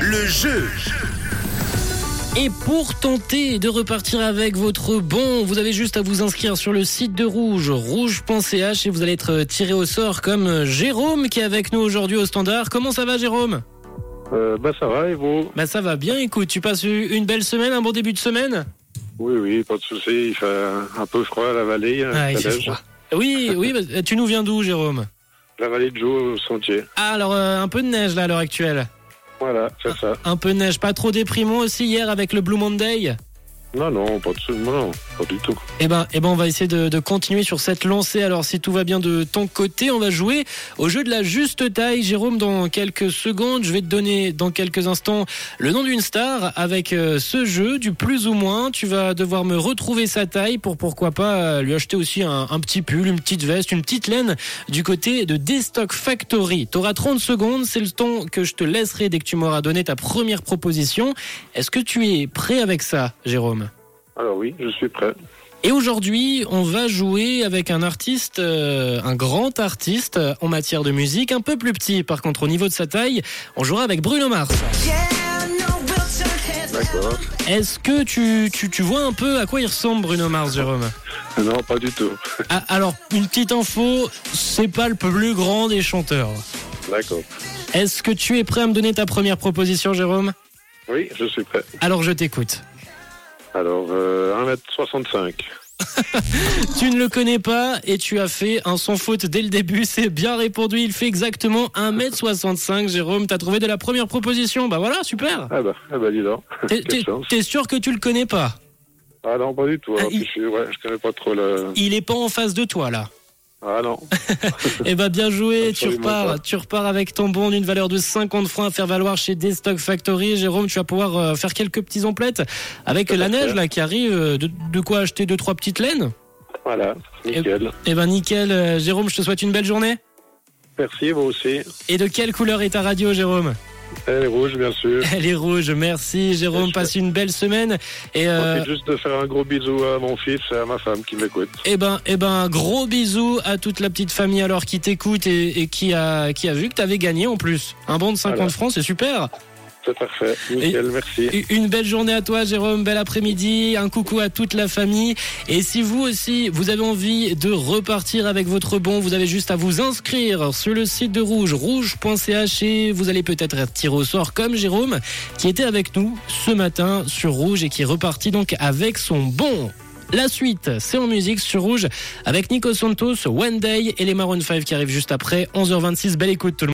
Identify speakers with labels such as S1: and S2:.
S1: Le jeu.
S2: Et pour tenter de repartir avec votre bon, vous avez juste à vous inscrire sur le site de Rouge, rouge.ch, et vous allez être tiré au sort comme euh, Jérôme qui est avec nous aujourd'hui au standard. Comment ça va Jérôme
S3: Euh, bah ça va et vous
S2: Bah ça ben, va bien, écoute, tu passes une belle semaine, un bon début de semaine
S3: Oui oui pas de souci il fait un un peu froid à la vallée euh,
S2: il fait
S3: Calèche.
S2: froid. Oui, oui, bah, tu nous viens d'où Jérôme
S3: la vallée de Joux au sentier
S2: Ah alors euh, un peu de neige là à l'heure actuelle.
S3: voilà c'est ça
S2: Un peu de neige, pas trop déprimant aussi hier avec le Blue Monday
S3: non non pas de souci non pas du tout
S2: Eh ben, eh ben, on va essayer de, de continuer sur cette lancée. Alors, si tout va bien de ton côté, on va jouer au jeu de la juste taille. Jérôme, dans quelques secondes, je vais te donner dans quelques instants le nom d'une star avec euh, ce jeu du plus ou moins. Tu vas devoir me retrouver sa taille pour pourquoi pas euh, lui acheter aussi un, un petit pull, une petite veste, une petite laine du côté de Destock Factory. T'auras 30 secondes, c'est le temps que je te laisserai dès que tu m'auras donné ta première proposition. Est-ce que tu es prêt avec ça, Jérôme?
S3: alors oui je suis prêt
S2: Et aujourd'hui, on va jouer avec un artiste, euh, un grand artiste euh, en matière de musique, un peu plus petit par contre au niveau de sa taille. On jouera avec Bruno Mars.
S3: d'accord
S2: Est-ce que tu, tu, tu vois un peu à quoi il ressemble Bruno Mars, Jérôme
S3: non pas du tout
S2: Ah, Alors, une petite info, c'est pas le plus grand des chanteurs.
S3: d'accord
S2: Est-ce que tu es prêt à me donner ta première proposition, Jérôme
S3: oui je suis prêt
S2: Alors je t'écoute.
S3: alors euh, 1m65
S2: Tu ne le connais pas et tu as fait un sans faute dès le début. C'est bien répondu. Il fait exactement 1m65. Jérôme, t'as trouvé de la première proposition. Bah voilà, super.
S3: ah bah ah bah dis donc
S2: T'es-
S3: quelle
S2: T'es
S3: chance
S2: t'es sûr que tu le connais pas
S3: ah non pas du tout
S2: Ah,
S3: alors,
S2: il-
S3: puis je, suis- ouais, je connais pas trop le
S2: Il est pas en face de toi là.
S3: ah non
S2: Eh ben bien joué. Tu
S3: Absolument
S2: repars,
S3: pas.
S2: tu repars avec ton bon d'une valeur de 50 francs à faire valoir chez Destock Factory. Jérôme, tu vas pouvoir euh, faire quelques petits emplettes avec
S3: Tout à
S2: la
S3: fait.
S2: neige là qui arrive. euh, De, de quoi acheter deux trois petites laines.
S3: voilà nickel
S2: Eh ben nickel. euh, Jérôme, je te souhaite une belle journée.
S3: merci vous aussi
S2: Et de quelle couleur est ta radio, Jérôme
S3: et les rouges bien sûr
S2: Elle est rouge, merci Jérôme,
S3: Merci.
S2: passe une belle semaine. Et, euh,
S3: profite juste de faire un gros bisou à mon fils et à ma femme qui m'écoute
S2: eh ben, eh ben, un gros bisou à toute la petite famille alors qui t'écoute et, et qui, a, qui a vu que t'avais gagné en plus. Un bon de 50
S3: Voilà.
S2: francs, c'est super.
S3: c'est parfait nickel merci
S2: U- Une belle journée à toi Jérôme, bel après-midi, un coucou à toute la famille. Et si vous aussi, vous avez envie de repartir avec votre bon, vous avez juste à vous inscrire sur le site de Rouge, rouge.ch et vous allez peut-être être tiré au sort comme Jérôme qui était avec nous ce matin sur Rouge et qui est reparti donc avec son bon. La suite, c'est en musique sur Rouge avec Nico Santos, One Day et les Maroon 5 qui arrivent juste après 11h26. Belle écoute tout le monde.